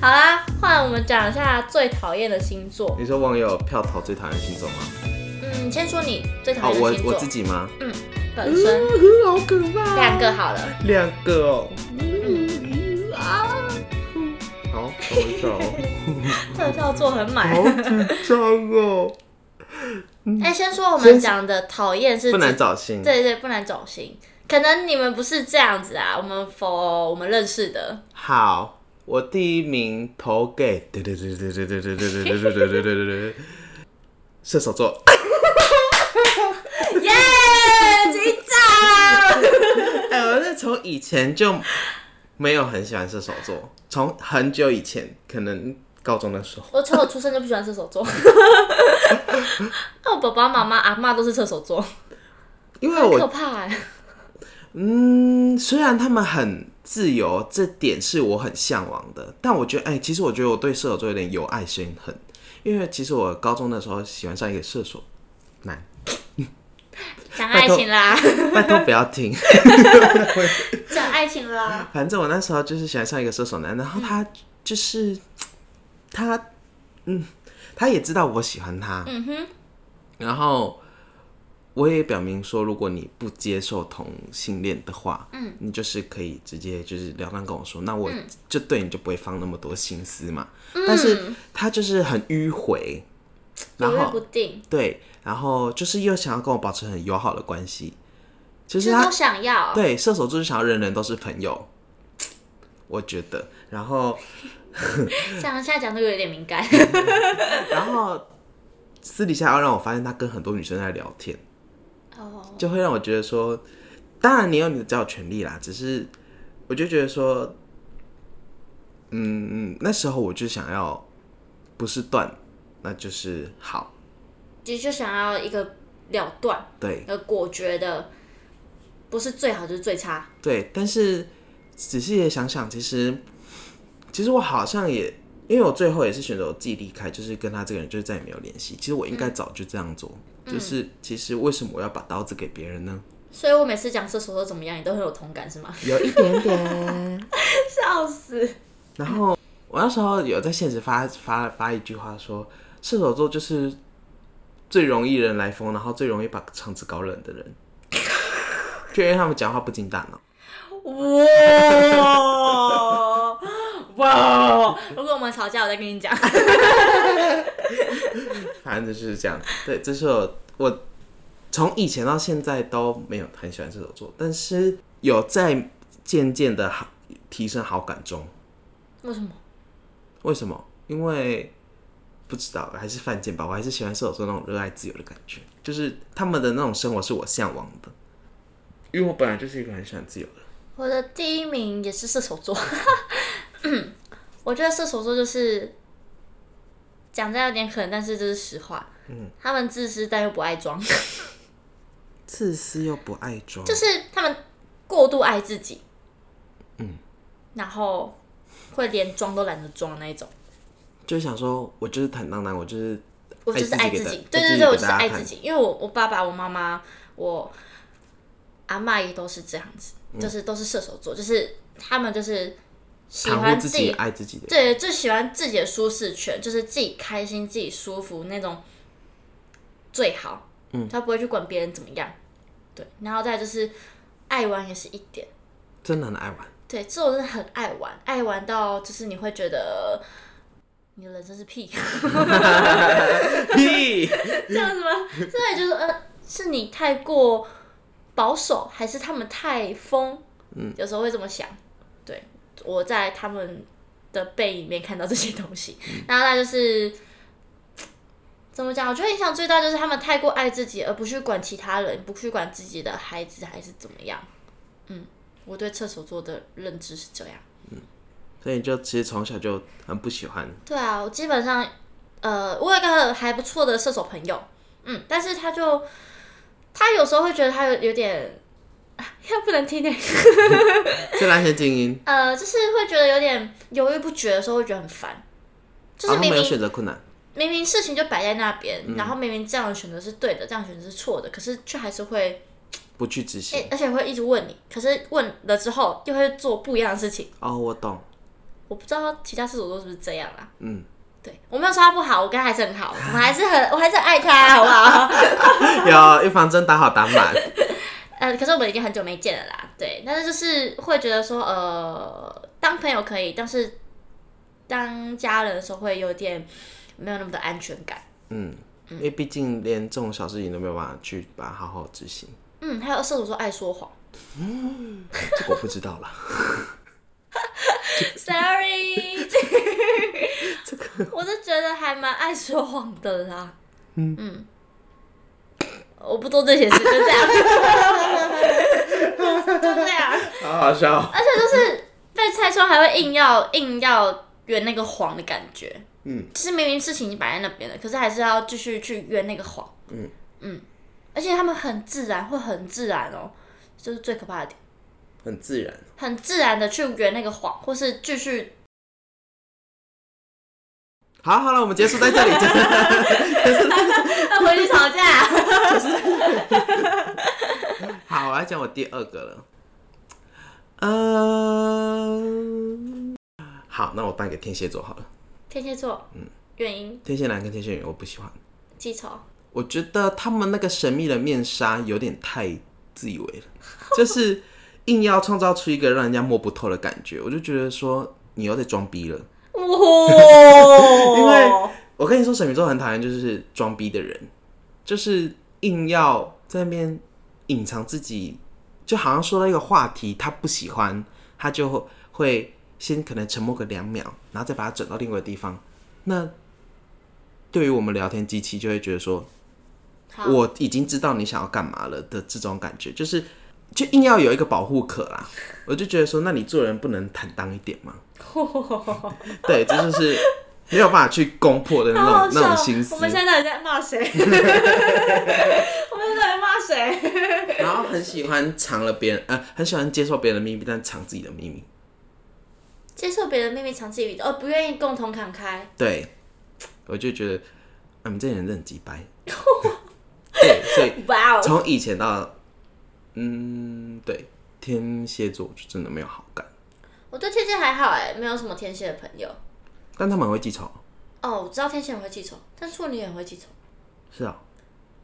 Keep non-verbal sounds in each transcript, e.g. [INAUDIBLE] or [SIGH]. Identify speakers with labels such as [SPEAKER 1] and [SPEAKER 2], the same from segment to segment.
[SPEAKER 1] 好啦，换我们讲一下最讨厌的星座。
[SPEAKER 2] 你说网友票投最讨厌星座吗？
[SPEAKER 1] 嗯，先说你最讨
[SPEAKER 2] 哦，
[SPEAKER 1] 厌的星
[SPEAKER 2] 我
[SPEAKER 1] 座，
[SPEAKER 2] 我自己吗？
[SPEAKER 1] 嗯，本身
[SPEAKER 2] 呃好可怕
[SPEAKER 1] 两个好了。啊
[SPEAKER 2] 两个哦。好好笑哦，
[SPEAKER 1] 特效做很满。
[SPEAKER 2] 好紧张哦，
[SPEAKER 1] 哎、先说我们讲的讨厌是
[SPEAKER 2] 不
[SPEAKER 1] 指
[SPEAKER 2] 难找心。
[SPEAKER 1] 对对，不能走心。可能你们不是这样子啊，我们否我们认识
[SPEAKER 2] [LAUGHS]
[SPEAKER 1] 的，
[SPEAKER 2] 好，我第一名投给对对对对对对对对对对对对对对对对，射手座。
[SPEAKER 1] 耶，击掌！
[SPEAKER 2] 哎，我是从以前就没有很喜欢射手座，从很久以前，可能高中的时候。
[SPEAKER 1] 我从我出生就不喜欢射手
[SPEAKER 2] [LAUGHS]
[SPEAKER 1] 座，那我爸爸妈妈阿嬷都是射手座，
[SPEAKER 2] 因为
[SPEAKER 1] 很可
[SPEAKER 2] 我
[SPEAKER 1] 怕、欸。
[SPEAKER 2] 嗯，虽然他们很自由，这点是我很向往的，但我觉得，哎、其实我觉得我对射手座有点有爱生恨，因为其实我高中的时候喜欢上一个射手男，
[SPEAKER 1] 讲爱情啦，
[SPEAKER 2] 拜托不要听。 [LAUGHS]
[SPEAKER 1] 讲爱情啦。
[SPEAKER 2] 反正我那时候就是喜欢上一个射手男，然后他就是、他，嗯，他也知道我喜欢他，
[SPEAKER 1] 嗯哼，
[SPEAKER 2] 然后我也表明说，如果你不接受同性恋的话，嗯，你就是可以直接就是了当跟我说，那我就对你就不会放那么多心思嘛。
[SPEAKER 1] 嗯
[SPEAKER 2] 但是他就是很迂回，然
[SPEAKER 1] 犹豫
[SPEAKER 2] 后
[SPEAKER 1] 不定，
[SPEAKER 2] 对，然后就是又想要跟我保持很友好的关系，就
[SPEAKER 1] 就是是
[SPEAKER 2] 他
[SPEAKER 1] 都想要。
[SPEAKER 2] 对，射手座就想要人人都是朋友，我觉得。然后， [LAUGHS]
[SPEAKER 1] 这样现在讲都有点敏感。
[SPEAKER 2] 然后私底下要让我发现他跟很多女生在聊天，
[SPEAKER 1] 哦，
[SPEAKER 2] 就会让我觉得说，当然你有你的交友权利啦，只是我就觉得说，嗯，那时候我就想要不是断，那就是好，
[SPEAKER 1] 其实就想要一个了断。
[SPEAKER 2] 对
[SPEAKER 1] 呃果决的，不是最好就是最差。
[SPEAKER 2] 对。但是仔细也想想，其实其实我好像也。因为我最后也是选择我自己离开，就是跟他这个人就是再也没有联系。其实我应该早就这样做，就是其实为什么我要把刀子给别人呢？
[SPEAKER 1] 所以我每次讲射手座怎么样，你都很有同感是吗？,
[SPEAKER 2] 有一点点，
[SPEAKER 1] [LAUGHS] 笑死！
[SPEAKER 2] 然后 [LAUGHS] 我那时候有在现实发发发一句话说，射手座就是最容易人来疯，然后最容易把场子搞冷的人， [LAUGHS] 就因为他们讲话不经大脑。
[SPEAKER 1] 哇哇！哦如果我们吵架，我再跟你讲。
[SPEAKER 2] 反正就是这样。对，这是我我从以前到现在都没有很喜欢射手座，但是有在渐渐的好提升好感中。
[SPEAKER 1] [LAUGHS] 为什么？
[SPEAKER 2] 为什么？因为不知道，还是犯贱吧。我还是喜欢射手座那种热爱自由的感觉，就是他们的那种生活是我向往的。因为我本来就是一个很喜欢自由的人。
[SPEAKER 1] 我的第一名也是射手座。 [CLEARS THROAT] 嗯我觉得射手座就是讲这样有点狠，但是这是实话。嗯，他们自私但又不爱装，
[SPEAKER 2] 自私又不爱装，
[SPEAKER 1] 就是他们过度爱自己。嗯，然后会连装都懒得装那一种。
[SPEAKER 2] 就是想说，我就是坦荡荡，我就是
[SPEAKER 1] 我就是爱自
[SPEAKER 2] 自
[SPEAKER 1] 己
[SPEAKER 2] 己，给大
[SPEAKER 1] 对对
[SPEAKER 2] 给
[SPEAKER 1] 对，我就是
[SPEAKER 2] 大家
[SPEAKER 1] 爱
[SPEAKER 2] 看
[SPEAKER 1] 自己，因为我我爸爸、我妈妈、我阿嬷也都是这样子，
[SPEAKER 2] 嗯
[SPEAKER 1] 就是都是射手座，就是他们就是喜
[SPEAKER 2] 袒
[SPEAKER 1] 欢
[SPEAKER 2] 护自
[SPEAKER 1] 自
[SPEAKER 2] 己、
[SPEAKER 1] 己，
[SPEAKER 2] 爱自己的人。
[SPEAKER 1] 对，最喜欢自己的舒适圈，就是自己开心、自己舒服那种最好，嗯，他不会去管别人怎么样，对，然后再来就是爱玩也是一点。
[SPEAKER 2] 真的很爱玩。
[SPEAKER 1] 对，这种真的很爱玩，爱玩到就是你会觉得你的人生是屁，
[SPEAKER 2] [LAUGHS] 屁！
[SPEAKER 1] 这样子吗？所以就是呃，是你太过保守，还是他们太疯？嗯，有时候会这么想。对，我在他们的背里面看到这些东西，然后再就是怎么讲？我觉得影响最大就是他们太过爱自己，而不去管其他人，不去管自己的孩子还是怎么样。嗯，我对射手座的认知是这样。
[SPEAKER 2] 所以就其实从小就很不喜欢。
[SPEAKER 1] 对啊，我基本上，呃，我有一个还不错的射手朋友，嗯，但是他就他有时候会觉得他有有点， [LAUGHS] 啊他不能听那、
[SPEAKER 2] [LAUGHS] 这蓝神精英，
[SPEAKER 1] 呃，就是会觉得有点犹豫不决的时候，会觉得很烦，就是
[SPEAKER 2] 啊他
[SPEAKER 1] 明
[SPEAKER 2] 们有
[SPEAKER 1] 明、
[SPEAKER 2] 选嗯择困难。
[SPEAKER 1] 明明事情就摆在那边，然后明明这样的选择是对的，这样的选择是错的，可是却还是会，
[SPEAKER 2] 不去执行
[SPEAKER 1] 哎而且会一直问你，可是问了之后又会做不一样的事情，
[SPEAKER 2] 哦，我懂， [LAUGHS]
[SPEAKER 1] 我不知道其他射手座是不是这样啦。嗯，对我没有说他不好，我跟他还是很好，我还是很我还是很爱他，好不好？
[SPEAKER 2] 有预防针打好打满， [LAUGHS]
[SPEAKER 1] 呃，可是我们已经很久没见了啦，对，但是就是会觉得说，呃，当朋友可以，但是当家人的时候会有点没有那么的安全感。
[SPEAKER 2] 嗯，因为毕竟连这种小事情都没有办法去把它好好执行，
[SPEAKER 1] 嗯，还有射手座爱说谎
[SPEAKER 2] 这个我不知道啦。
[SPEAKER 1] ，sorry，这 [LAUGHS] 个我是觉得还蛮爱说谎的啦。嗯我不做这些事，就这 [LAUGHS] 样，就这样。
[SPEAKER 2] [LAUGHS] 好好笑，哦
[SPEAKER 1] 而且就是被拆穿还会硬要硬要圆那个谎的感觉。
[SPEAKER 2] 嗯，
[SPEAKER 1] 其实明明事情已经摆在那边了，可是还是要继续去圆那个谎。
[SPEAKER 2] 嗯
[SPEAKER 1] 嗯，而且他们很自然，会很自然哦，就是最可怕的点，
[SPEAKER 2] 很自然。
[SPEAKER 1] 很自然的去圆那个谎，或是继
[SPEAKER 2] [LAUGHS]
[SPEAKER 1] 续
[SPEAKER 2] 好，好了，我们结束在这里。 [LAUGHS] 真的
[SPEAKER 1] 回去吵架。
[SPEAKER 2] 好，我要讲我第二个了。嗯、好，那我颁给天蝎座好了。
[SPEAKER 1] 天蝎座，嗯，原因
[SPEAKER 2] 天蝎男跟天蝎女我不喜欢，
[SPEAKER 1] 记仇，
[SPEAKER 2] 我觉得他们那个神秘的面纱有点太自以为了， [LAUGHS] 就是硬要创造出一个让人家摸不透的感觉，我就觉得说你又在装逼了。
[SPEAKER 1] 哇，
[SPEAKER 2] [LAUGHS] 因为我跟你说，水瓶座很讨厌就是装逼的人，就是硬要在那边隐藏自己，就好像说到一个话题，他不喜欢，他就会先可能沉默个两秒，然后再把它转到另外一个地方。那对于我们聊天机器，就会觉得说，
[SPEAKER 1] 好， [LAUGHS]
[SPEAKER 2] 我已经知道你想要干嘛了的这种感觉，就是就硬要有一个保护壳啦。我就觉得说，那你做人不能坦荡一点吗？对，这就是没有办法去攻破的那
[SPEAKER 1] 好好
[SPEAKER 2] 种
[SPEAKER 1] 笑
[SPEAKER 2] 那种心思
[SPEAKER 1] 我。们现在到底在骂谁？ [LAUGHS] 我们在骂谁？
[SPEAKER 2] 然后很喜欢藏了别人，呃，很喜欢接受别人的秘密，但藏自己的秘密。
[SPEAKER 1] 接受别人秘密，藏自己的，哦，不愿意共同敞开。
[SPEAKER 2] 对，我就觉得，嗯，这人真的很鸡
[SPEAKER 1] [LAUGHS]
[SPEAKER 2] 掰。对，所以
[SPEAKER 1] 哇哦，
[SPEAKER 2] 从以前到，嗯，对，天蝎座我就真的没有好感，
[SPEAKER 1] 我对天蝎还好哎，没有什么天蝎的朋友。
[SPEAKER 2] 但他们很会记仇。
[SPEAKER 1] 哦，我知道天蝎很会记仇，但处女也很会记仇，
[SPEAKER 2] 是啊，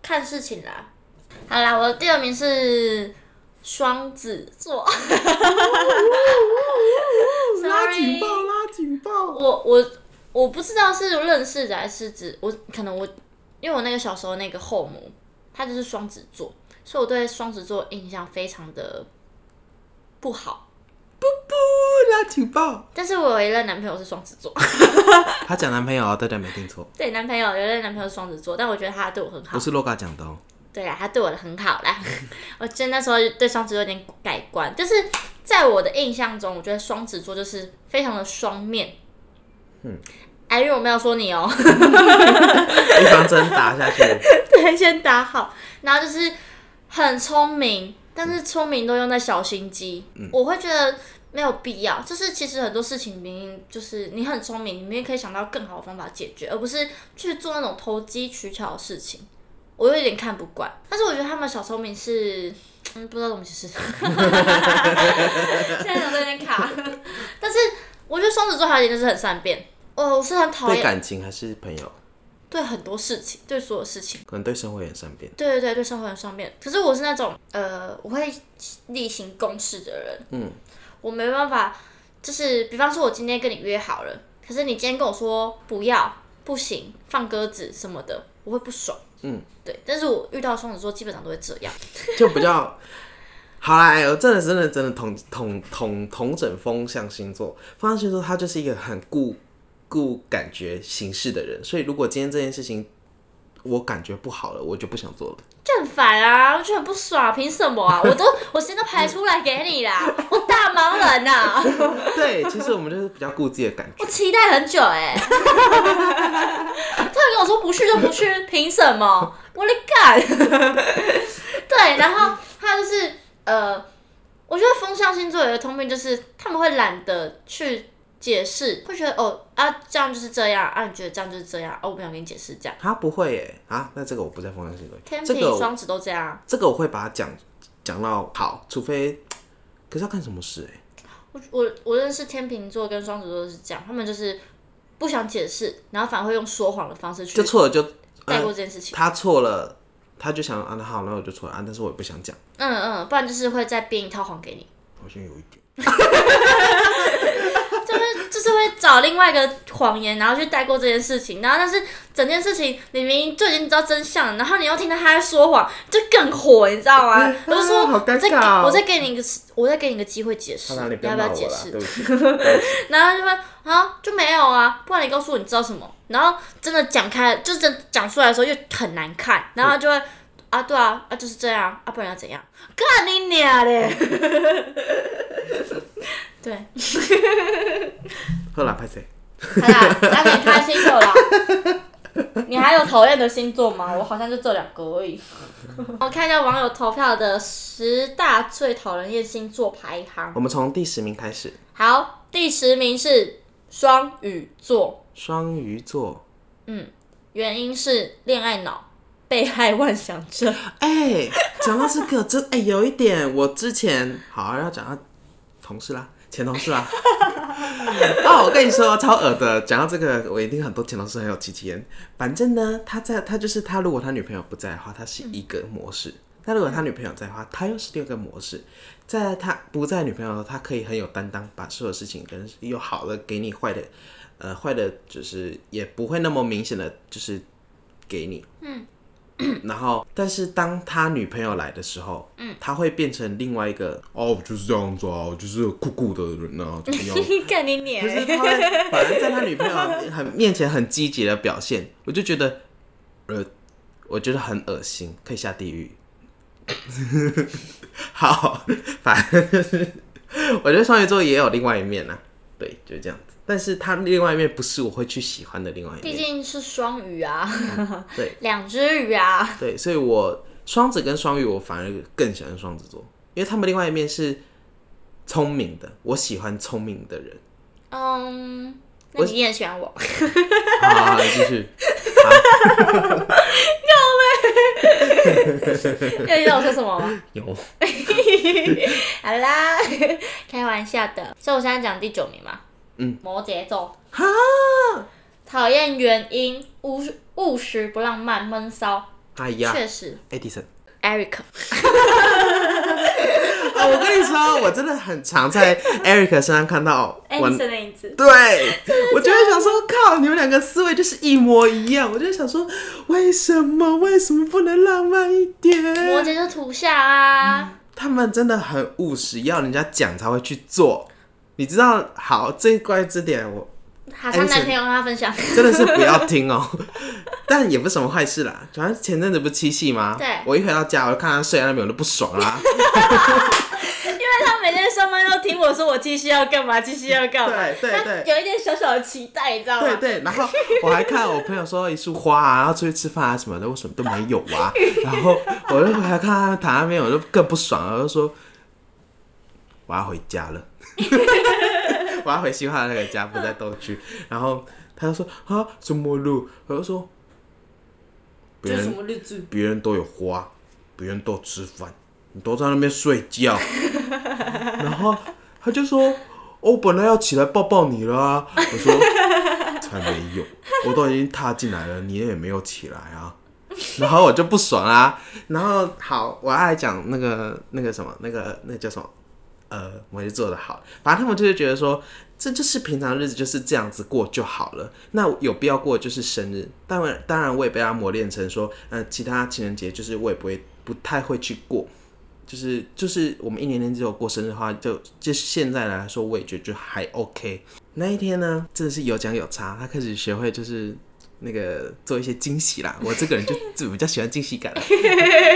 [SPEAKER 1] 看事情啦。好啦，我的第二名是双子座。 [LAUGHS]
[SPEAKER 2] 拉
[SPEAKER 1] Sorry
[SPEAKER 2] 警报，拉警报。
[SPEAKER 1] 我我我不知道是认识的还是指我可能我因为我那个小时候那个后母，她就是双子座，所以我对双子座印象非常的不好。
[SPEAKER 2] 不拉警报！
[SPEAKER 1] 但是我有一任男朋友是双子座， [LAUGHS]
[SPEAKER 2] 她讲男朋友哦，大家没听错，
[SPEAKER 1] 对，男朋友有一任男朋友是双子座，但我觉得他对我很好
[SPEAKER 2] 不。是 LOGA 讲的哦。
[SPEAKER 1] 对啦，他对我的很好啦。 [LAUGHS] 我真的那时候对双子座有点改观，就是在我的印象中，我觉得双子座就是非常的双面。嗯，艾瑞，我没有说你哦、
[SPEAKER 2] 预防针打下去，
[SPEAKER 1] 对，先打好，然后就是很聪明，但是聪明都用在小心机，我会觉得没有必要。就是其实很多事情明明就是你很聪明，你明明可以想到更好的方法解决，而不是去做那种投机取巧的事情。我有点看不惯，但是我觉得他们小聪明是，嗯，不知道怎么解释， [LAUGHS] 现在脑袋有点卡。但是我觉得双子座还有一点就是很善变，哦，我是很 [LAUGHS] 讨
[SPEAKER 2] 对
[SPEAKER 1] 厌
[SPEAKER 2] 感情还是朋友，
[SPEAKER 1] 对很多事情，对所有事情。
[SPEAKER 2] 可能对生活也很善变。
[SPEAKER 1] 对对对，对生活很上面。可是我是那种呃，我会例行公事的人，
[SPEAKER 2] 嗯，
[SPEAKER 1] 我没办法，就是比方说，我今天跟你约好了，可是你今天跟我说不要、不行、放鸽子什么的，我会不爽。
[SPEAKER 2] 嗯，
[SPEAKER 1] 对。但是我遇到双子座基本上都会这样。
[SPEAKER 2] 就比较好啦。哎我真的真的真的统统统统整风象星座，风象星座他就是一个很顾顾感觉形式的人，所以如果今天这件事情我感觉不好了，我就不想做了。
[SPEAKER 1] 就很烦啊，就很不爽，凭什么啊？我都我现在排出来给你啦，我大忙人啊呐、
[SPEAKER 2] 对，其实我们就是比较顾自己的感觉。
[SPEAKER 1] 我期待很久哎、欸，突 [LAUGHS] 然跟我说不去就不去，凭什么？我的干！对，然后还有就是呃，我觉得风象星座有一个通病就是他们会懒得去解释，会觉得哦啊这样就是这样，啊你觉得这样就是这样，哦我不想跟你解释这样。
[SPEAKER 2] 他不会耶啊，那这个我不在风象星座，
[SPEAKER 1] 天
[SPEAKER 2] 这
[SPEAKER 1] 平、
[SPEAKER 2] 个我
[SPEAKER 1] 双子都这样，
[SPEAKER 2] 这个我会把它讲讲到好，除非可是要看什么事哎。
[SPEAKER 1] 我我我认识天秤座跟双子座是这样，他们就是不想解释，然后反而会用说谎的方式去
[SPEAKER 2] 就错了就
[SPEAKER 1] 带过这件事情。
[SPEAKER 2] 他错了，他就想啊，那好，那我就错了啊，但是我也不想讲，
[SPEAKER 1] 嗯嗯，不然就是会再编一套谎给你， [LAUGHS]
[SPEAKER 2] 好像有一点。
[SPEAKER 1] 就是就是会找另外一个谎言，然后去带过这件事情。然后但是整件事情你明明就已经知道真相了，然后你又听到他在说谎，就更火，你知道
[SPEAKER 2] [LAUGHS]
[SPEAKER 1] 吗？我就说，
[SPEAKER 2] 啊好尴
[SPEAKER 1] 我再给
[SPEAKER 2] 尬哦
[SPEAKER 1] 我再给你一个，我再给你一个机会解释，
[SPEAKER 2] 他哪里
[SPEAKER 1] 你
[SPEAKER 2] 不
[SPEAKER 1] 要
[SPEAKER 2] 要
[SPEAKER 1] 不要
[SPEAKER 2] 骂我
[SPEAKER 1] 解
[SPEAKER 2] 啦
[SPEAKER 1] 释？
[SPEAKER 2] 对不起，对不 [LAUGHS] 起
[SPEAKER 1] 然后就会啊，就没有啊，不然你告诉我你知道什么？然后真的讲开了，就是真的讲出来的时候又很难看，然后他就会啊，对啊，啊就是这样，啊不然要怎样？干你娘嘞！ [LAUGHS] 对，
[SPEAKER 2] 喝了拍谁？
[SPEAKER 1] 好啦，那你开心就 [LAUGHS] 啦。你还有讨厌的星座吗？我好像就这两个而已。我看一下网友投票的十大最讨人厌星座排行。
[SPEAKER 2] 我们从第十名开始，
[SPEAKER 1] 好，第十名是双鱼座。
[SPEAKER 2] 双鱼座。
[SPEAKER 1] 原因是恋爱脑、被害妄想症。
[SPEAKER 2] 哎、讲到这个，真哎、有一点，我之前好要讲到同事啦，前同事啦。哦，我跟你说，超恶的。讲到这个，我一定很多前同事很有奇奇缘。反正呢，他在他就是他，如果他女朋友不在的话，他是一个模式；那、如果他女朋友在的话，他又是另一个模式。在他不在女朋友的时候，他可以很有担当，把所有事情跟有好的给你，坏的，呃，坏的就是也不会那么明显的就是给你。然后，但是当他女朋友来的时候，嗯，他会变成另外一个哦，我就是这样子啊，我就是酷酷的人啊，怎么样？
[SPEAKER 1] [LAUGHS] 看你
[SPEAKER 2] 可是
[SPEAKER 1] 脸，
[SPEAKER 2] 他会反而在他女朋友很面前很积极的表现，我就觉得，呃，我觉得很恶心，可以下地狱。 [LAUGHS] 好，反正就是，我觉得双鱼座也有另外一面啊，对，就这样子。但是他另外一面不是我会去喜欢的另外一
[SPEAKER 1] 毕
[SPEAKER 2] 面，
[SPEAKER 1] 竟是双鱼啊，
[SPEAKER 2] 嗯对，
[SPEAKER 1] [LAUGHS] 两只鱼啊。
[SPEAKER 2] 对，所以我双子跟双鱼，我反而更喜欢双子座，因为他们另外一面是聪明的，我喜欢聪明的人。 [LAUGHS]
[SPEAKER 1] 嗯，那你也喜欢我？
[SPEAKER 2] 好好，好继续。 [LAUGHS]
[SPEAKER 1] 要知道我说什么吗？ [LAUGHS]
[SPEAKER 2] 有
[SPEAKER 1] 好啦， [LAUGHS] 开玩笑的。所以我现在讲第九名嘛，
[SPEAKER 2] 嗯，
[SPEAKER 1] 摩羯座。讨厌原因，务务实不浪漫，闷骚，
[SPEAKER 2] 哎呀
[SPEAKER 1] 确实。
[SPEAKER 2] ，Edison。
[SPEAKER 1] Eric，
[SPEAKER 2] 啊，我跟你说，我真的很
[SPEAKER 1] [LAUGHS]
[SPEAKER 2] 常在 Eric 身上看到我。
[SPEAKER 1] Edison 的影子，
[SPEAKER 2] 对，我就会想说，靠，你们两个思维就是一模一样。我就想说，为什么为什么不能浪漫一
[SPEAKER 1] 摩
[SPEAKER 2] 点？
[SPEAKER 1] 羯就土象啊。
[SPEAKER 2] 他们真的很务实，要人家讲才会去做。你知道，好，这关于这点我
[SPEAKER 1] 好
[SPEAKER 2] 哎
[SPEAKER 1] 像男朋友跟他分享，
[SPEAKER 2] 真的是不要听哦。 [LAUGHS] 但也不是什么坏事啦，反正前阵子不是七夕吗？
[SPEAKER 1] 对
[SPEAKER 2] 我一回到家，我就看他睡在那边，我就不爽啦。
[SPEAKER 1] 因为他每天上班都听我说我继续要干嘛，继续要干嘛，
[SPEAKER 2] 对对对
[SPEAKER 1] 他有一点小小的期待，你知道
[SPEAKER 2] 对
[SPEAKER 1] 吗？
[SPEAKER 2] 对，然后我还看我朋友说一束花啊，然后出去吃饭啊什么的，为什么都没有
[SPEAKER 1] [LAUGHS]
[SPEAKER 2] 啊？然后我就还看他们躺在那边，我就更不爽了，我就说我要回家
[SPEAKER 1] [LAUGHS]
[SPEAKER 2] 了，我要回新化那个家，不在东区。然后他就说啊什么路？我就说别人
[SPEAKER 1] 日子？
[SPEAKER 2] 别人都有花，别人都吃饭，你都在那边睡觉。 [LAUGHS] 然后他就说：“哦我本来要起来抱抱你了、啊。” [LAUGHS] 我说：“才没有，我都已经踏进来了，你也没有起来啊。” [LAUGHS] 然后我就不爽啊。然后好，我爱讲那个那个什么，那个那个叫什么？呃，摩羯座的好，反正他们就是觉得说，这就是平常日子就是这样子过就好了。那有必要过就是生日，当然当然我也被他磨练成说，呃，其他情人节就是我也不会不太会去过，就是就是我们一年年只有过生日的话，就就是现在来说，我也觉得就还 OK。那一天呢，真的是有奖有差，他开始学会就是那个做一些惊喜啦。我这个人就 [LAUGHS] 就比较喜欢惊喜感啦，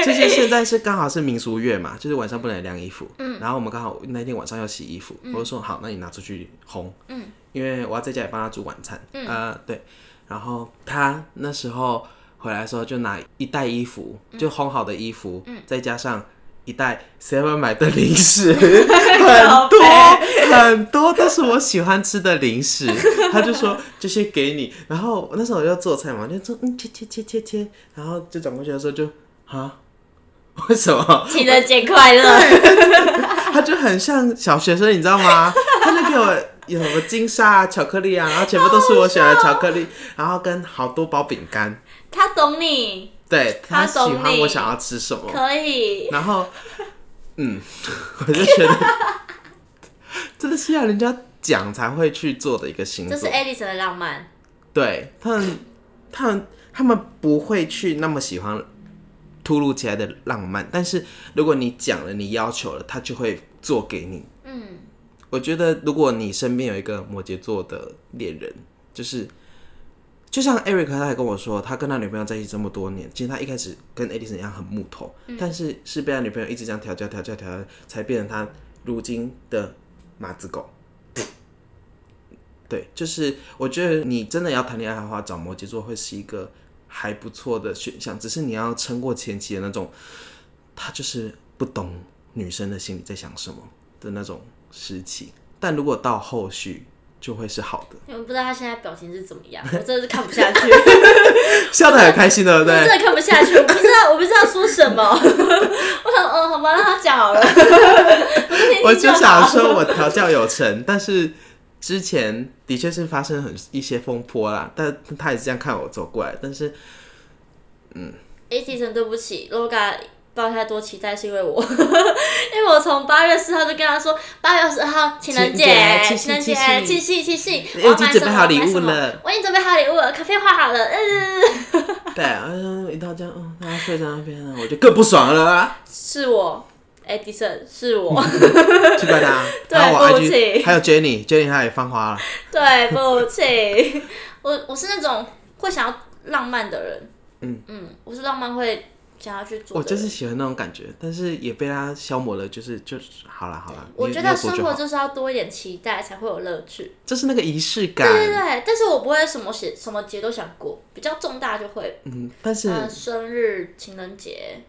[SPEAKER 2] 就是现在是刚好是民俗月嘛，就是晚上不能晾衣服，嗯，然后我们刚好那天晚上要洗衣服，我就说好，那你拿出去烘，嗯，因为我要在家里帮他煮晚餐，嗯、对，然后他那时候回来的时候就拿一袋衣服，就烘好的衣服，再加上一袋 seven 买的零 [LAUGHS] 食，很多很多都是我喜欢吃的零食。他就说这些给你，然后那时候我就做菜嘛，我就说嗯切切切切切，然后 [LAUGHS] 就转过去的时候就啊，为什么？
[SPEAKER 1] 情人节快乐！
[SPEAKER 2] 他就很像小学生，你知道
[SPEAKER 1] [LAUGHS]
[SPEAKER 2] 吗？他就给我有什么金沙啊、巧克力啊，然后全部都是我选的巧克力，然后跟好多包饼干。
[SPEAKER 1] 他懂你，
[SPEAKER 2] 对
[SPEAKER 1] 他
[SPEAKER 2] 喜
[SPEAKER 1] 懂
[SPEAKER 2] 欢
[SPEAKER 1] 你
[SPEAKER 2] 我想要吃什么，
[SPEAKER 1] 可以，
[SPEAKER 2] 然后，嗯， [LAUGHS] 我
[SPEAKER 1] [LAUGHS]
[SPEAKER 2] 就觉得真的是要人家讲才会去做的一个星
[SPEAKER 1] 这是
[SPEAKER 2] 座。
[SPEAKER 1] Edison 的浪漫。
[SPEAKER 2] 对他们，他们他们不会去那么喜欢突如其来的浪漫，但是如果你讲了，你要求了，他就会做给你。
[SPEAKER 1] 嗯，
[SPEAKER 2] 我觉得如果你身边有一个摩羯座的恋人，就是就像 Eric 他还跟我说，他跟他女朋友在一起这么多年，其实他一开始跟 Edison 一样很木头，但是是被他女朋友一直这样调教、调教、调教，才变成他如今的马子狗。对，就是我觉得你真的要谈恋爱的话，找摩羯座会是一个还不错的选项，只是你要撑过前期的那种，他就是不懂女生的心里在想什么的那种时期。但如果到后续，就会是好的，
[SPEAKER 1] 你们不知道他现在表情是怎么
[SPEAKER 2] [LAUGHS]
[SPEAKER 1] 样，我真的是看不下去，
[SPEAKER 2] 笑得很开心，对不
[SPEAKER 1] 我真 [LAUGHS]
[SPEAKER 2] 对？
[SPEAKER 1] 的看不下去，我不知道，我不知道说什么。 [LAUGHS] 我想，嗯，好吧，让他讲好
[SPEAKER 2] [LAUGHS]
[SPEAKER 1] 了。
[SPEAKER 2] 我
[SPEAKER 1] 我
[SPEAKER 2] 就
[SPEAKER 1] 就
[SPEAKER 2] 想说，我调教有成，但是之前的确是发生很一些风波啦，但他也是这样看我走过来，但是
[SPEAKER 1] Edison，对不起，Loga 抱太多期待是因为我，因为我从八月四号就跟他说，八月十号情人节，情
[SPEAKER 2] 情
[SPEAKER 1] 人
[SPEAKER 2] 人节
[SPEAKER 1] 节，
[SPEAKER 2] 七
[SPEAKER 1] 七夕，七夕，
[SPEAKER 2] 已
[SPEAKER 1] 我
[SPEAKER 2] 经
[SPEAKER 1] 要买
[SPEAKER 2] 准
[SPEAKER 1] 什
[SPEAKER 2] 备
[SPEAKER 1] 么？
[SPEAKER 2] 好礼
[SPEAKER 1] 我要买什
[SPEAKER 2] 物
[SPEAKER 1] 么
[SPEAKER 2] 了
[SPEAKER 1] 我已经准备好礼物了，卡片画好了，嗯，
[SPEAKER 2] 对，嗯，一到家，嗯，大家睡在那边了，我就更不爽了啊！
[SPEAKER 1] 是我，Edison，是
[SPEAKER 2] [LAUGHS]
[SPEAKER 1] 我，
[SPEAKER 2] 去怪他。
[SPEAKER 1] [LAUGHS] 对
[SPEAKER 2] 然后我
[SPEAKER 1] 对不起
[SPEAKER 2] IG 还有 Jenny，Jenny 她也放花了。
[SPEAKER 1] 对不起，我我是那种会想要浪漫的人，嗯嗯，我是浪漫会想要去做的
[SPEAKER 2] 我
[SPEAKER 1] 人，
[SPEAKER 2] 哦就是喜欢那种感觉，但是也被他消磨了，就是就是好了好了。
[SPEAKER 1] 我
[SPEAKER 2] 你
[SPEAKER 1] 觉
[SPEAKER 2] 你要
[SPEAKER 1] 得
[SPEAKER 2] 做
[SPEAKER 1] 生
[SPEAKER 2] 就
[SPEAKER 1] 活
[SPEAKER 2] 好
[SPEAKER 1] 就是要多一点期待才会有乐趣。
[SPEAKER 2] 就是那个仪式感，
[SPEAKER 1] 对对对，但是我不会什么节什么节都想过，比较重大就会，
[SPEAKER 2] 嗯，但是、
[SPEAKER 1] 嗯、生日、情人节，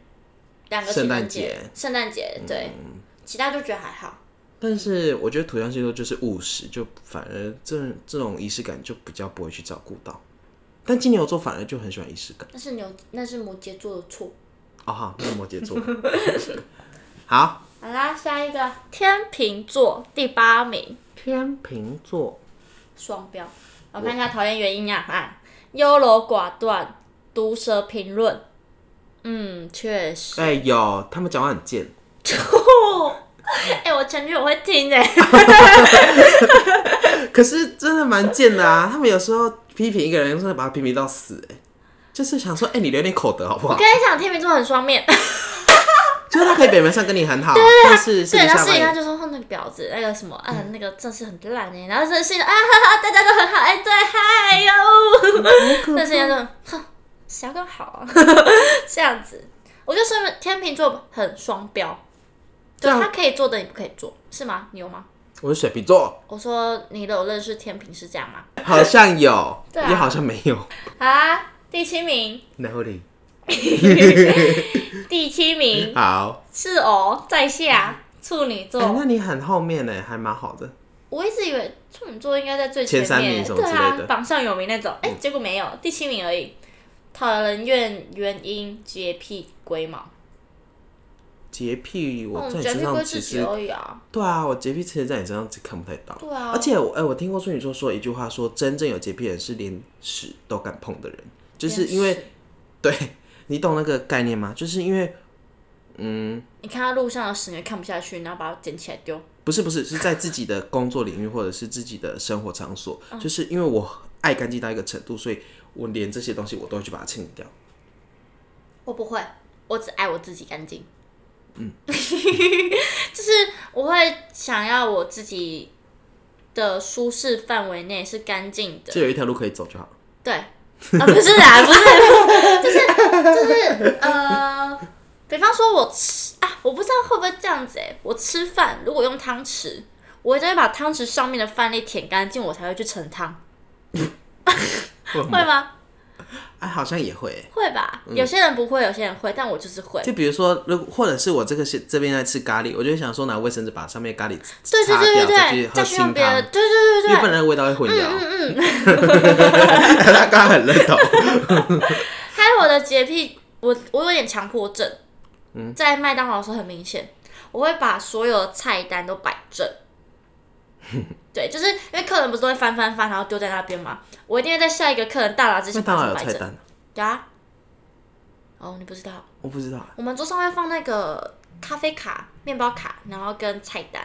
[SPEAKER 1] 两个情人节、嗯圣诞节，对，其他就觉得还好。
[SPEAKER 2] 但是我觉得土象星座就是务实，就反而这这种仪式感就比较不会去照顾到。但金牛座反而就很喜欢仪式感
[SPEAKER 1] 那是牛，那是摩羯座的错。
[SPEAKER 2] 哦，好，那是摩 [LAUGHS] 羯座。好，
[SPEAKER 1] 好啦，下一个天秤座第八名，
[SPEAKER 2] 天秤座，
[SPEAKER 1] 双标。我看一下讨厌原因啊，啊，优柔寡断，毒舌评论。嗯，确实。
[SPEAKER 2] 哎、有他们讲话很贱，
[SPEAKER 1] [LAUGHS] 哎、我前女友会听哎、
[SPEAKER 2] 可是真的蛮贱的啊！他们有时候批评一个人，真的把他批评到死、哎，就是想说，哎、你留点口德好不
[SPEAKER 1] 我
[SPEAKER 2] [LAUGHS] 好？
[SPEAKER 1] 跟你讲，天秤座很双面。
[SPEAKER 2] 就是他可以表面上跟你很好，啊但是啊私
[SPEAKER 1] 对，
[SPEAKER 2] 底
[SPEAKER 1] 然
[SPEAKER 2] 下嗯
[SPEAKER 1] 后私
[SPEAKER 2] 把
[SPEAKER 1] 底下
[SPEAKER 2] 你
[SPEAKER 1] 就说哼那个婊子，那个什么，啊，那个真是很烂哎、然后真的是啊哈哈，大家都很好，哎、
[SPEAKER 2] [LAUGHS]
[SPEAKER 1] 对，嗨哟，但是人家就哼，谁要更好
[SPEAKER 2] [LAUGHS]
[SPEAKER 1] 啊，这样子，我就说天秤座很双标，
[SPEAKER 2] 这
[SPEAKER 1] 就
[SPEAKER 2] 样
[SPEAKER 1] 他可以做的你不可以做，是吗？你有吗？
[SPEAKER 2] 我是水瓶座，
[SPEAKER 1] 我说你有认识天秤是这样吗？
[SPEAKER 2] 好像有，
[SPEAKER 1] 对啊
[SPEAKER 2] 也好像没有。
[SPEAKER 1] 好啊，第七名，
[SPEAKER 2] 哪里？
[SPEAKER 1] 第七
[SPEAKER 2] 嗯
[SPEAKER 1] 名
[SPEAKER 2] 好，
[SPEAKER 1] 是哦，在下处女座。
[SPEAKER 2] 哎、那你很后面呢，还蛮好的。
[SPEAKER 1] 我一直以为处女座应该在最面，
[SPEAKER 2] 前三名什么
[SPEAKER 1] 对
[SPEAKER 2] 之类
[SPEAKER 1] 啊
[SPEAKER 2] 的，嗯
[SPEAKER 1] 榜上有名那种。哎、结果没有，第七名而已。讨人厌原因洁癖龟毛，
[SPEAKER 2] 洁癖，我在
[SPEAKER 1] 嗯，
[SPEAKER 2] 你
[SPEAKER 1] 洁
[SPEAKER 2] 身
[SPEAKER 1] 癖
[SPEAKER 2] 上
[SPEAKER 1] 龟
[SPEAKER 2] 其
[SPEAKER 1] 自己
[SPEAKER 2] 实
[SPEAKER 1] 而已啊。
[SPEAKER 2] 对啊，我洁癖其实在你身上只看不太到。
[SPEAKER 1] 对啊
[SPEAKER 2] 而且我哎、我听过处女座说一句话说真正有洁癖的人是连屎都敢碰的人，就是因为
[SPEAKER 1] 连屎
[SPEAKER 2] 对你懂那个概念吗？就是因为嗯，
[SPEAKER 1] 你看到路上的屎，你会看不下去，然后把它捡起来丢。
[SPEAKER 2] 不是不是，是在自己的工作领域或者是自己的生活场所，
[SPEAKER 1] 嗯
[SPEAKER 2] 就是因为我爱干净到一个程度，所以我连这些东西我都会去把它清理掉。
[SPEAKER 1] 我不会，我只爱我自己干净。嗯， [LAUGHS] 就是我会想要我自己的舒适范围内是干净的。
[SPEAKER 2] 就有一条路可以走就好了。
[SPEAKER 1] 对，啊、不是啊，不是，就是就是呃，比方说我吃啊，我不知道会不会这样子哎、我吃饭如果用汤匙，我一定会把汤匙上面的饭粒舔干净，我才会去盛汤，
[SPEAKER 2] 为什
[SPEAKER 1] [LAUGHS]
[SPEAKER 2] 么
[SPEAKER 1] 会吗？
[SPEAKER 2] 哎，好像也会欸、
[SPEAKER 1] 会吧？有些人不会，有些人会，但我就是会。
[SPEAKER 2] 就比如说，如或者是我这个是这边在吃咖喱，我就会想说拿卫生纸把上面的咖喱
[SPEAKER 1] 对对
[SPEAKER 2] 擦
[SPEAKER 1] 对
[SPEAKER 2] 掉，
[SPEAKER 1] 对
[SPEAKER 2] 再
[SPEAKER 1] 对，
[SPEAKER 2] 去
[SPEAKER 1] 再
[SPEAKER 2] 喝
[SPEAKER 1] 去
[SPEAKER 2] 清
[SPEAKER 1] 用
[SPEAKER 2] 汤，
[SPEAKER 1] 别的，对对
[SPEAKER 2] 因为
[SPEAKER 1] 对
[SPEAKER 2] 不
[SPEAKER 1] 对。
[SPEAKER 2] 然味道会混淆。
[SPEAKER 1] 嗯嗯，嗯
[SPEAKER 2] [LAUGHS] 他刚刚很认
[SPEAKER 1] [LAUGHS]
[SPEAKER 2] 同，嗯
[SPEAKER 1] 还有我的洁癖，我我有点强迫症，在麦当劳的时候很明显。我会把所有的菜单都摆
[SPEAKER 2] [LAUGHS]
[SPEAKER 1] 正。对，就是因为客人不是都会翻翻翻，然后丢在那边嘛。我一定会在下一个客人到达之
[SPEAKER 2] 那
[SPEAKER 1] 前
[SPEAKER 2] 当
[SPEAKER 1] 把它
[SPEAKER 2] 然有
[SPEAKER 1] 们摆
[SPEAKER 2] 菜
[SPEAKER 1] 正。
[SPEAKER 2] 单，
[SPEAKER 1] 对啊。哦，你不知道，
[SPEAKER 2] 我不知道。
[SPEAKER 1] 我们桌上会放那个咖啡卡、面包卡，然后跟菜单。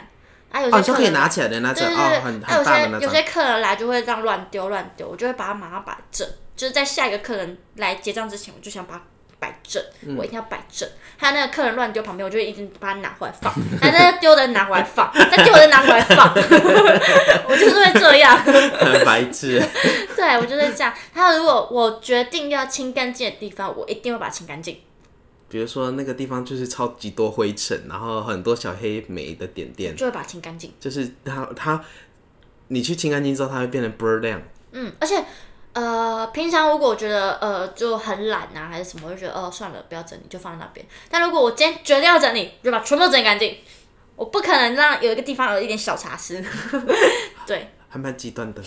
[SPEAKER 1] 啊，有
[SPEAKER 2] 哦，
[SPEAKER 1] 些
[SPEAKER 2] 你说
[SPEAKER 1] 客
[SPEAKER 2] 可以
[SPEAKER 1] 人
[SPEAKER 2] 拿起来的那
[SPEAKER 1] 对
[SPEAKER 2] 种，
[SPEAKER 1] 对
[SPEAKER 2] 哦
[SPEAKER 1] 对，，
[SPEAKER 2] 很
[SPEAKER 1] 啊有
[SPEAKER 2] 很大的那
[SPEAKER 1] 些有
[SPEAKER 2] 种。
[SPEAKER 1] 些客人来就会这样乱丢乱丢，我就会把它马上摆正，就是在下一个客人来结账之前，我就想把它摆正，
[SPEAKER 2] 嗯
[SPEAKER 1] 我一定要摆正。还有那个客人乱丢旁边，我就一直把它拿回来放，然后再丢的拿回来放，再丢的拿回来放， [LAUGHS] 我就是会这样。 [LAUGHS]
[SPEAKER 2] [LAUGHS] 很白痴，
[SPEAKER 1] 对，我就是这样。还有，如果我决定要清干净的地方，我一定会把它清干净。
[SPEAKER 2] 比如说那个地方就是超级多灰尘，然后很多小黑莓的点点，
[SPEAKER 1] 就会把它清干净。
[SPEAKER 2] 就是它它，你去清干净之后，它会变得倍儿亮。
[SPEAKER 1] 嗯，而且呃，平常如果我觉得呃就很懒啊，还是什么，我就觉得哦、算了，不要整理，就放在那边。但如果我今天决定要整理，我就把全部都整理干净。我不可能让有一个地方有一点小瑕疵， [LAUGHS] 对，
[SPEAKER 2] 还蛮极端的，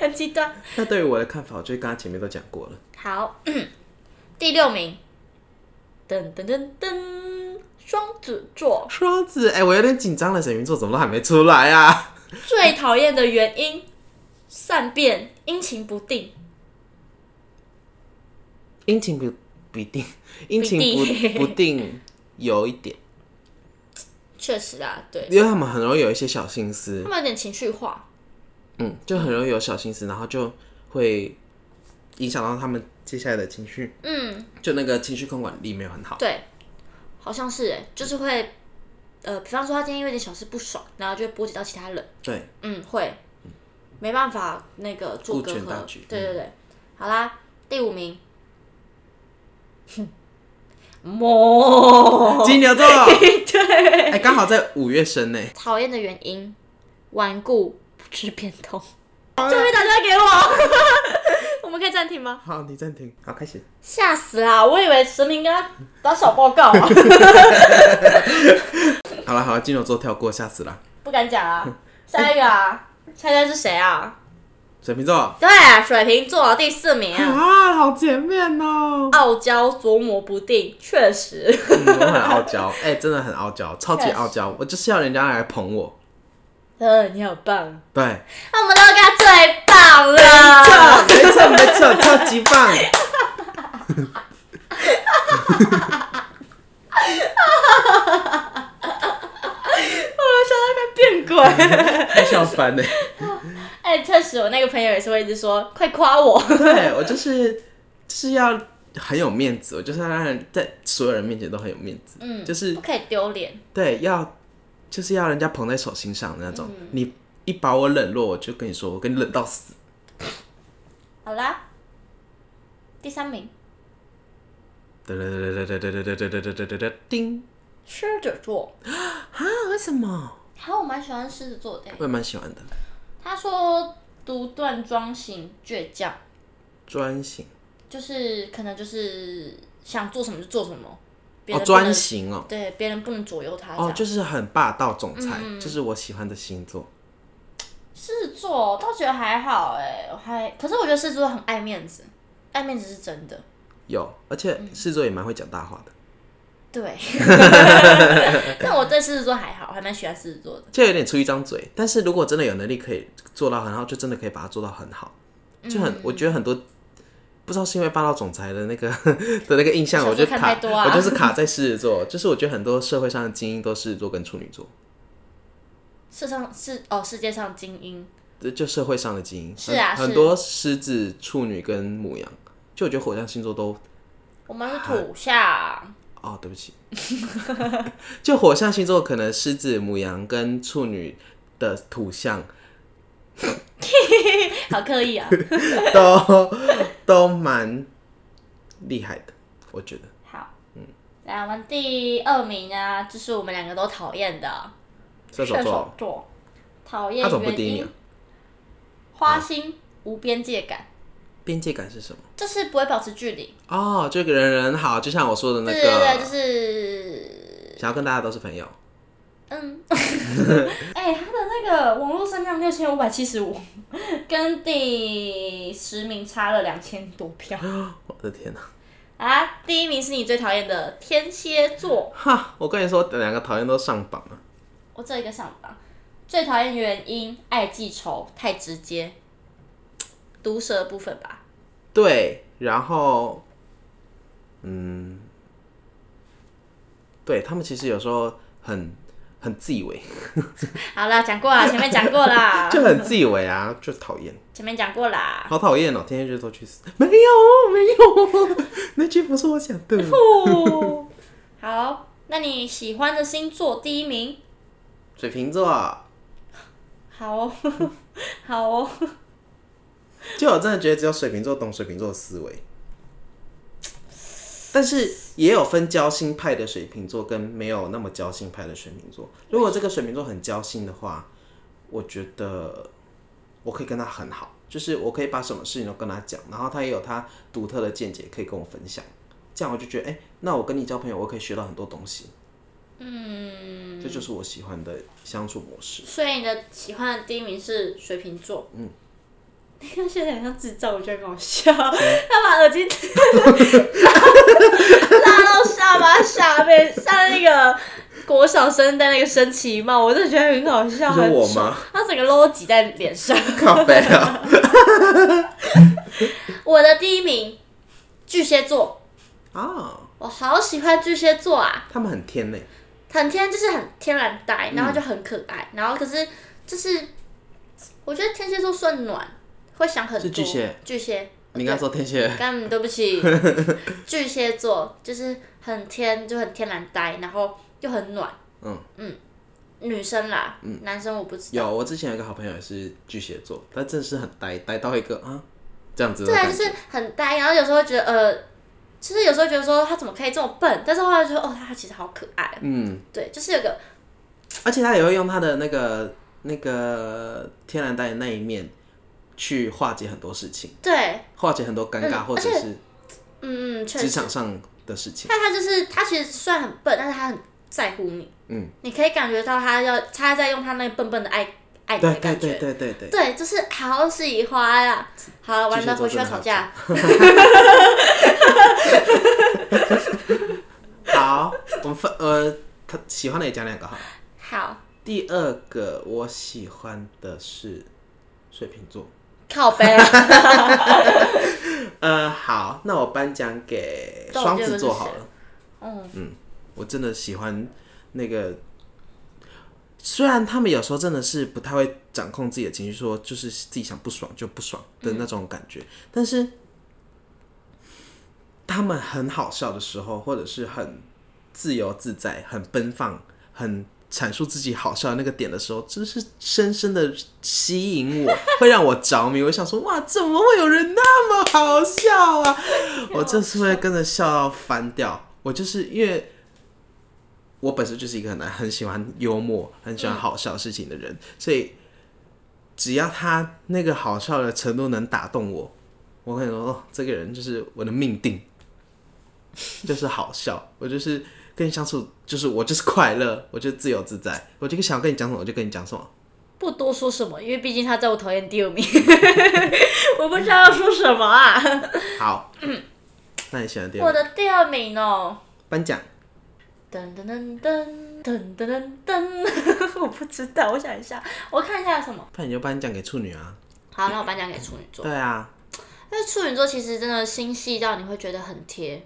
[SPEAKER 1] 很极端。
[SPEAKER 2] 那对于我的看法，我就刚刚前面都讲过了。
[SPEAKER 1] 好， [CLEARS THROAT] 第六名，噔噔噔噔，双子座
[SPEAKER 2] 双子，哎、我有点紧张了，水瓶座怎么都还没出来啊？
[SPEAKER 1] 最讨厌的原因，善变、阴晴不定。
[SPEAKER 2] [LAUGHS] 阴晴不不一定， [LAUGHS] 阴晴
[SPEAKER 1] 定
[SPEAKER 2] [LAUGHS] 不不定有一点，
[SPEAKER 1] 确实啊，对
[SPEAKER 2] 因为他们很容易有一些小心思
[SPEAKER 1] 他，们有点情绪化，
[SPEAKER 2] 嗯，就很容易有小心思，然后就会影响到他们接下来的情绪，
[SPEAKER 1] 嗯，
[SPEAKER 2] 就那个情绪控管力没有很好。
[SPEAKER 1] 对，好像是哎，就是会，呃，比方说他今天因为一点小事不爽，然后就会波及到其他人，
[SPEAKER 2] 对，
[SPEAKER 1] 嗯，会，没办法那个做
[SPEAKER 2] 顾
[SPEAKER 1] 隔
[SPEAKER 2] 全大
[SPEAKER 1] 阂
[SPEAKER 2] 局，
[SPEAKER 1] 对对对，好啦，第五名， [LAUGHS] 哼，魔，
[SPEAKER 2] 金 [LAUGHS] 牛座，对，哎，刚好在五月生呢，
[SPEAKER 1] 讨厌的原因，顽固不知变通，终于打电话给我， [LAUGHS] 我们可以暂停吗？
[SPEAKER 2] 好，你暂停，好，开始。
[SPEAKER 1] 吓死啦！我以为神明跟他打小报告、啊，
[SPEAKER 2] 好了好了，金牛座跳过，吓死了。
[SPEAKER 1] 不敢讲
[SPEAKER 2] [LAUGHS]
[SPEAKER 1] 啊。下一个啊，下一个是谁啊？
[SPEAKER 2] 水瓶座，
[SPEAKER 1] 对，水瓶座第四名，
[SPEAKER 2] [LAUGHS] 啊，好前面哦、
[SPEAKER 1] 傲娇琢磨不定，确实。 [LAUGHS]
[SPEAKER 2] 嗯我很傲娇，哎、真的很傲娇，超级傲娇，我就是要人家来捧我。
[SPEAKER 1] 呃，你好棒，哎
[SPEAKER 2] 对，
[SPEAKER 1] 那我们都跟他最棒 [LAUGHS] 了。
[SPEAKER 2] 没错没错，超级棒。
[SPEAKER 1] 我想到快变鬼。 [LAUGHS]
[SPEAKER 2] 笑翻了。
[SPEAKER 1] 哎，确实，我那个朋友也是会一直说， [LAUGHS] 快夸我。
[SPEAKER 2] 对我就是就是要很有面子，我就是要让人在所有人面前都很有面子，
[SPEAKER 1] 嗯，
[SPEAKER 2] 就是
[SPEAKER 1] 不可以丢脸。
[SPEAKER 2] 对要就是要人家捧在手心上的那种。你一把我冷落，我就跟你说，我跟你冷到死。
[SPEAKER 1] 好啦，第三名，
[SPEAKER 2] 哒哒哒哒哒哒哒哒哒哒哒哒哒，叮
[SPEAKER 1] 狮子座。
[SPEAKER 2] 啊！为什么？
[SPEAKER 1] 还有我蛮喜欢狮子座的。
[SPEAKER 2] 我也蛮喜欢的，
[SPEAKER 1] 他说独断专行，倔强，
[SPEAKER 2] 专行
[SPEAKER 1] 就是可能就是想做什么就做什么，别
[SPEAKER 2] 哦，
[SPEAKER 1] 人不能
[SPEAKER 2] 专行哦。
[SPEAKER 1] 对，别人不能左右他。这
[SPEAKER 2] 哦，
[SPEAKER 1] 样。
[SPEAKER 2] 就是很霸道总裁，
[SPEAKER 1] 嗯
[SPEAKER 2] 就是我喜欢的星座。
[SPEAKER 1] 狮子座倒觉得还好哎、我还可是我觉得狮子座很爱面子，爱面子是真的。
[SPEAKER 2] 有，而且
[SPEAKER 1] 嗯
[SPEAKER 2] 狮子座也蛮会讲大话的， [LAUGHS]
[SPEAKER 1] 对，但我对狮子座还好，我还蛮喜欢狮子座的。
[SPEAKER 2] 就有点出一张嘴。但是如果真的有能力可以做到很好，就真的可以把它做到很好，
[SPEAKER 1] 嗯
[SPEAKER 2] 就很、我觉得很多。不知道是因为霸道总裁的那个 [LAUGHS] 的那个印象，
[SPEAKER 1] 小
[SPEAKER 2] 我
[SPEAKER 1] 说
[SPEAKER 2] 就
[SPEAKER 1] 看
[SPEAKER 2] 卡
[SPEAKER 1] 太，多啊
[SPEAKER 2] 我就是卡在狮子座。就是我觉得很多社会上的精英都是狮子座跟处女座，
[SPEAKER 1] 世上是哦，世界上精英
[SPEAKER 2] 就就社会上的精英
[SPEAKER 1] 是啊
[SPEAKER 2] 很
[SPEAKER 1] 是
[SPEAKER 2] 很多狮子、处女跟母羊。就我觉得火象星座都
[SPEAKER 1] 我们是土象，
[SPEAKER 2] 哦，对不起， [LAUGHS] 就火象星座可能狮子、母羊跟处女的土象
[SPEAKER 1] 好刻
[SPEAKER 2] [LAUGHS]
[SPEAKER 1] 意啊。
[SPEAKER 2] 都都蛮厉害的，我觉得
[SPEAKER 1] 好，嗯，来我们第二名呢，就是我们两个都讨厌的
[SPEAKER 2] 射手座
[SPEAKER 1] 座，讨
[SPEAKER 2] 他
[SPEAKER 1] 厌
[SPEAKER 2] 怎么不
[SPEAKER 1] 原
[SPEAKER 2] 第一名
[SPEAKER 1] 因
[SPEAKER 2] 啊
[SPEAKER 1] 花心、无边界感，
[SPEAKER 2] 边界感是什么？
[SPEAKER 1] 就是不会保持距离。
[SPEAKER 2] 哦，就人人好，就像我说的那
[SPEAKER 1] 对对对，就
[SPEAKER 2] 个，
[SPEAKER 1] 是
[SPEAKER 2] 想要跟大家都是朋友，
[SPEAKER 1] 嗯，哎、他的那个网络声量六千五百七十五， [LAUGHS] 跟第十名差了两千多票。
[SPEAKER 2] [GASPS] 我的天哪、
[SPEAKER 1] 好啦，第一名是你最讨厌的天蝎座，
[SPEAKER 2] 哈，我跟你说，两个讨厌都上榜了。
[SPEAKER 1] 我这一个上榜。最讨厌原因爱记仇，太直接。毒舌的部分吧，
[SPEAKER 2] 对，然后，嗯，对他们其实有时候很很自以为，
[SPEAKER 1] 好啦，讲过啦，前面讲过
[SPEAKER 2] [LAUGHS]
[SPEAKER 1] 啦，
[SPEAKER 2] 就很自以为啊，就讨厌，
[SPEAKER 1] 前面讲过
[SPEAKER 2] [LAUGHS]
[SPEAKER 1] 啦。
[SPEAKER 2] 好讨厌哦！天天就都去死，没有没有，那句不是我想的。嗯
[SPEAKER 1] 哦好，那你喜欢的星座第一名？
[SPEAKER 2] 水瓶座，啊
[SPEAKER 1] 好哦， [LAUGHS] 好哦，
[SPEAKER 2] 就我真的觉得只有水瓶座懂水瓶座的思维，但是也有分交心派的水瓶座跟没有那么交心派的水瓶座。如果这个水瓶座很交心的话，我觉得我可以跟他很好，就是我可以把什么事情都跟他讲，然后他也有他独特的见解可以跟我分享。这样我就觉得，哎、那我跟你交朋友，我可以学到很多东西。嗯，这就是我喜欢的相处模
[SPEAKER 1] [LAUGHS]
[SPEAKER 2] 式。
[SPEAKER 1] 所以你的喜欢的第一名是水瓶座。嗯。你看现在很像智障，我觉得很好笑。
[SPEAKER 2] 嗯
[SPEAKER 1] 他把耳机拉到下巴下面，像那个国小生戴那个升旗帽，我真的觉得很好笑。
[SPEAKER 2] 你说
[SPEAKER 1] 很
[SPEAKER 2] 我
[SPEAKER 1] 爽
[SPEAKER 2] 吗？
[SPEAKER 1] 他整个 low 挤在脸上。
[SPEAKER 2] 咖啡啊，
[SPEAKER 1] 我的第一名，巨蟹座，
[SPEAKER 2] 啊，
[SPEAKER 1] 我好喜欢巨蟹座啊！
[SPEAKER 2] 他们很天呢、
[SPEAKER 1] 很天，就是很天然呆，然后就很可爱，
[SPEAKER 2] 嗯
[SPEAKER 1] 然后可是就是，我觉得天蝎座算暖，会想很多。
[SPEAKER 2] 是巨蟹，
[SPEAKER 1] 巨蟹，
[SPEAKER 2] 你刚才说天蝎，
[SPEAKER 1] 干对不
[SPEAKER 2] [LAUGHS]
[SPEAKER 1] 起，巨蟹座就是很天，就很天然呆，然后又很暖。
[SPEAKER 2] 嗯
[SPEAKER 1] 女生啦，男生我不知道。
[SPEAKER 2] 有，我之前有一个好朋友也是巨蟹座，但真的是很呆，呆到一个啊这样子的
[SPEAKER 1] 对啊，
[SPEAKER 2] 感
[SPEAKER 1] 就
[SPEAKER 2] 觉。
[SPEAKER 1] 是很呆，然后有时候会觉得呃，其实有时候觉得说他怎么可以这么笨，但是后来觉得哦，他其实好可爱。
[SPEAKER 2] 嗯，
[SPEAKER 1] 对，就是有个
[SPEAKER 2] 而且他也会用他的那个那个天然呆的那一面去化解很多事情，
[SPEAKER 1] 对，
[SPEAKER 2] 化解很多尴尬、
[SPEAKER 1] 哎嗯
[SPEAKER 2] 或者是
[SPEAKER 1] 嗯嗯，确
[SPEAKER 2] 职
[SPEAKER 1] 实。
[SPEAKER 2] 场上的事情。
[SPEAKER 1] 但他就是他其实虽然很笨，但是他很在乎你。
[SPEAKER 2] 嗯，
[SPEAKER 1] 你可以感觉到他要他在用他那个笨笨的爱爱你
[SPEAKER 2] 对
[SPEAKER 1] 的
[SPEAKER 2] 对
[SPEAKER 1] 感觉。
[SPEAKER 2] 对对对对，
[SPEAKER 1] 对就是好喜欢啊！好了，完了，回去要吵架。
[SPEAKER 2] 好，我们分呃，他喜欢的也讲两个哈。
[SPEAKER 1] 好，
[SPEAKER 2] 第二个我喜欢的是水瓶座。
[SPEAKER 1] 靠背 [LAUGHS] 啊，
[SPEAKER 2] 呃，好，那我颁奖给
[SPEAKER 1] 但我
[SPEAKER 2] 双
[SPEAKER 1] 觉得
[SPEAKER 2] 子
[SPEAKER 1] 是
[SPEAKER 2] 座好
[SPEAKER 1] 谁
[SPEAKER 2] 了。
[SPEAKER 1] 嗯，
[SPEAKER 2] 我真的喜欢那个，虽然他们有时候真的是不太会掌控自己的情绪，说就是自己想不爽就不爽的那种感觉，但是他们很好笑的时候，或者是很自由自在、很奔放、很。阐述自己好笑的那个点的时候，真是深深的吸引我，会让我着迷。我想说，哇，怎么会有人那么好笑啊？我真是会跟着笑到翻掉。我就是因为我本身就是一个很难很喜欢幽默、很喜欢好笑的事情的人，所以只要他那个好笑的程度能打动我，我跟你说，哦，这个人就是我的命定，就是好笑。我就是跟你相处，就是我就是快乐，我就自由自在，我就想跟你讲什么我就跟你讲什么。
[SPEAKER 1] 不多说什么，因为毕竟他在我讨厌第二名， [LAUGHS] 我不知道要说什么啊。
[SPEAKER 2] 好，那你喜欢第
[SPEAKER 1] 嗯
[SPEAKER 2] 二
[SPEAKER 1] 我
[SPEAKER 2] 个
[SPEAKER 1] 的第二名哦，
[SPEAKER 2] 颁奖？
[SPEAKER 1] 噔噔噔噔噔噔噔噔， [LAUGHS] 我不知道，我想一下，我看一下有什么。
[SPEAKER 2] 那你就颁奖给处女啊？
[SPEAKER 1] 好，那我颁奖给处女
[SPEAKER 2] [LAUGHS]
[SPEAKER 1] 座，
[SPEAKER 2] 对啊，
[SPEAKER 1] 因为处女座其实真的心细到你会觉得很贴。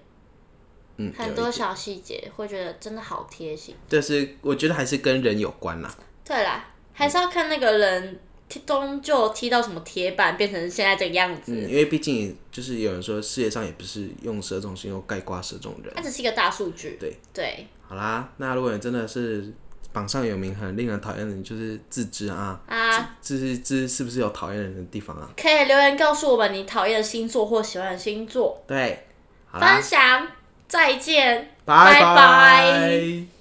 [SPEAKER 2] 嗯，有
[SPEAKER 1] 很
[SPEAKER 2] 一
[SPEAKER 1] 多小细节，会觉得真的好贴心。
[SPEAKER 2] 就是我觉得还是跟人有关啦。
[SPEAKER 1] 对啦，还是要看那个人踢终究踢到什么铁板，变成现在这个样子。
[SPEAKER 2] 嗯，因为毕竟就是有人说世界上也不是用蛇种星座盖瓜蛇种人。
[SPEAKER 1] 它只是一个大数据。
[SPEAKER 2] 对
[SPEAKER 1] 对
[SPEAKER 2] 好啦，那如果你真的是榜上有名，很令人讨厌的，你就是自知啊，
[SPEAKER 1] 啊，
[SPEAKER 2] 自知知是不是有讨厌人的地方啊？
[SPEAKER 1] 可以留言告诉我们你讨厌的星座或喜欢的星座，
[SPEAKER 2] 对，好啦，啊
[SPEAKER 1] 分享。再见。
[SPEAKER 2] 拜
[SPEAKER 1] 拜拜
[SPEAKER 2] 拜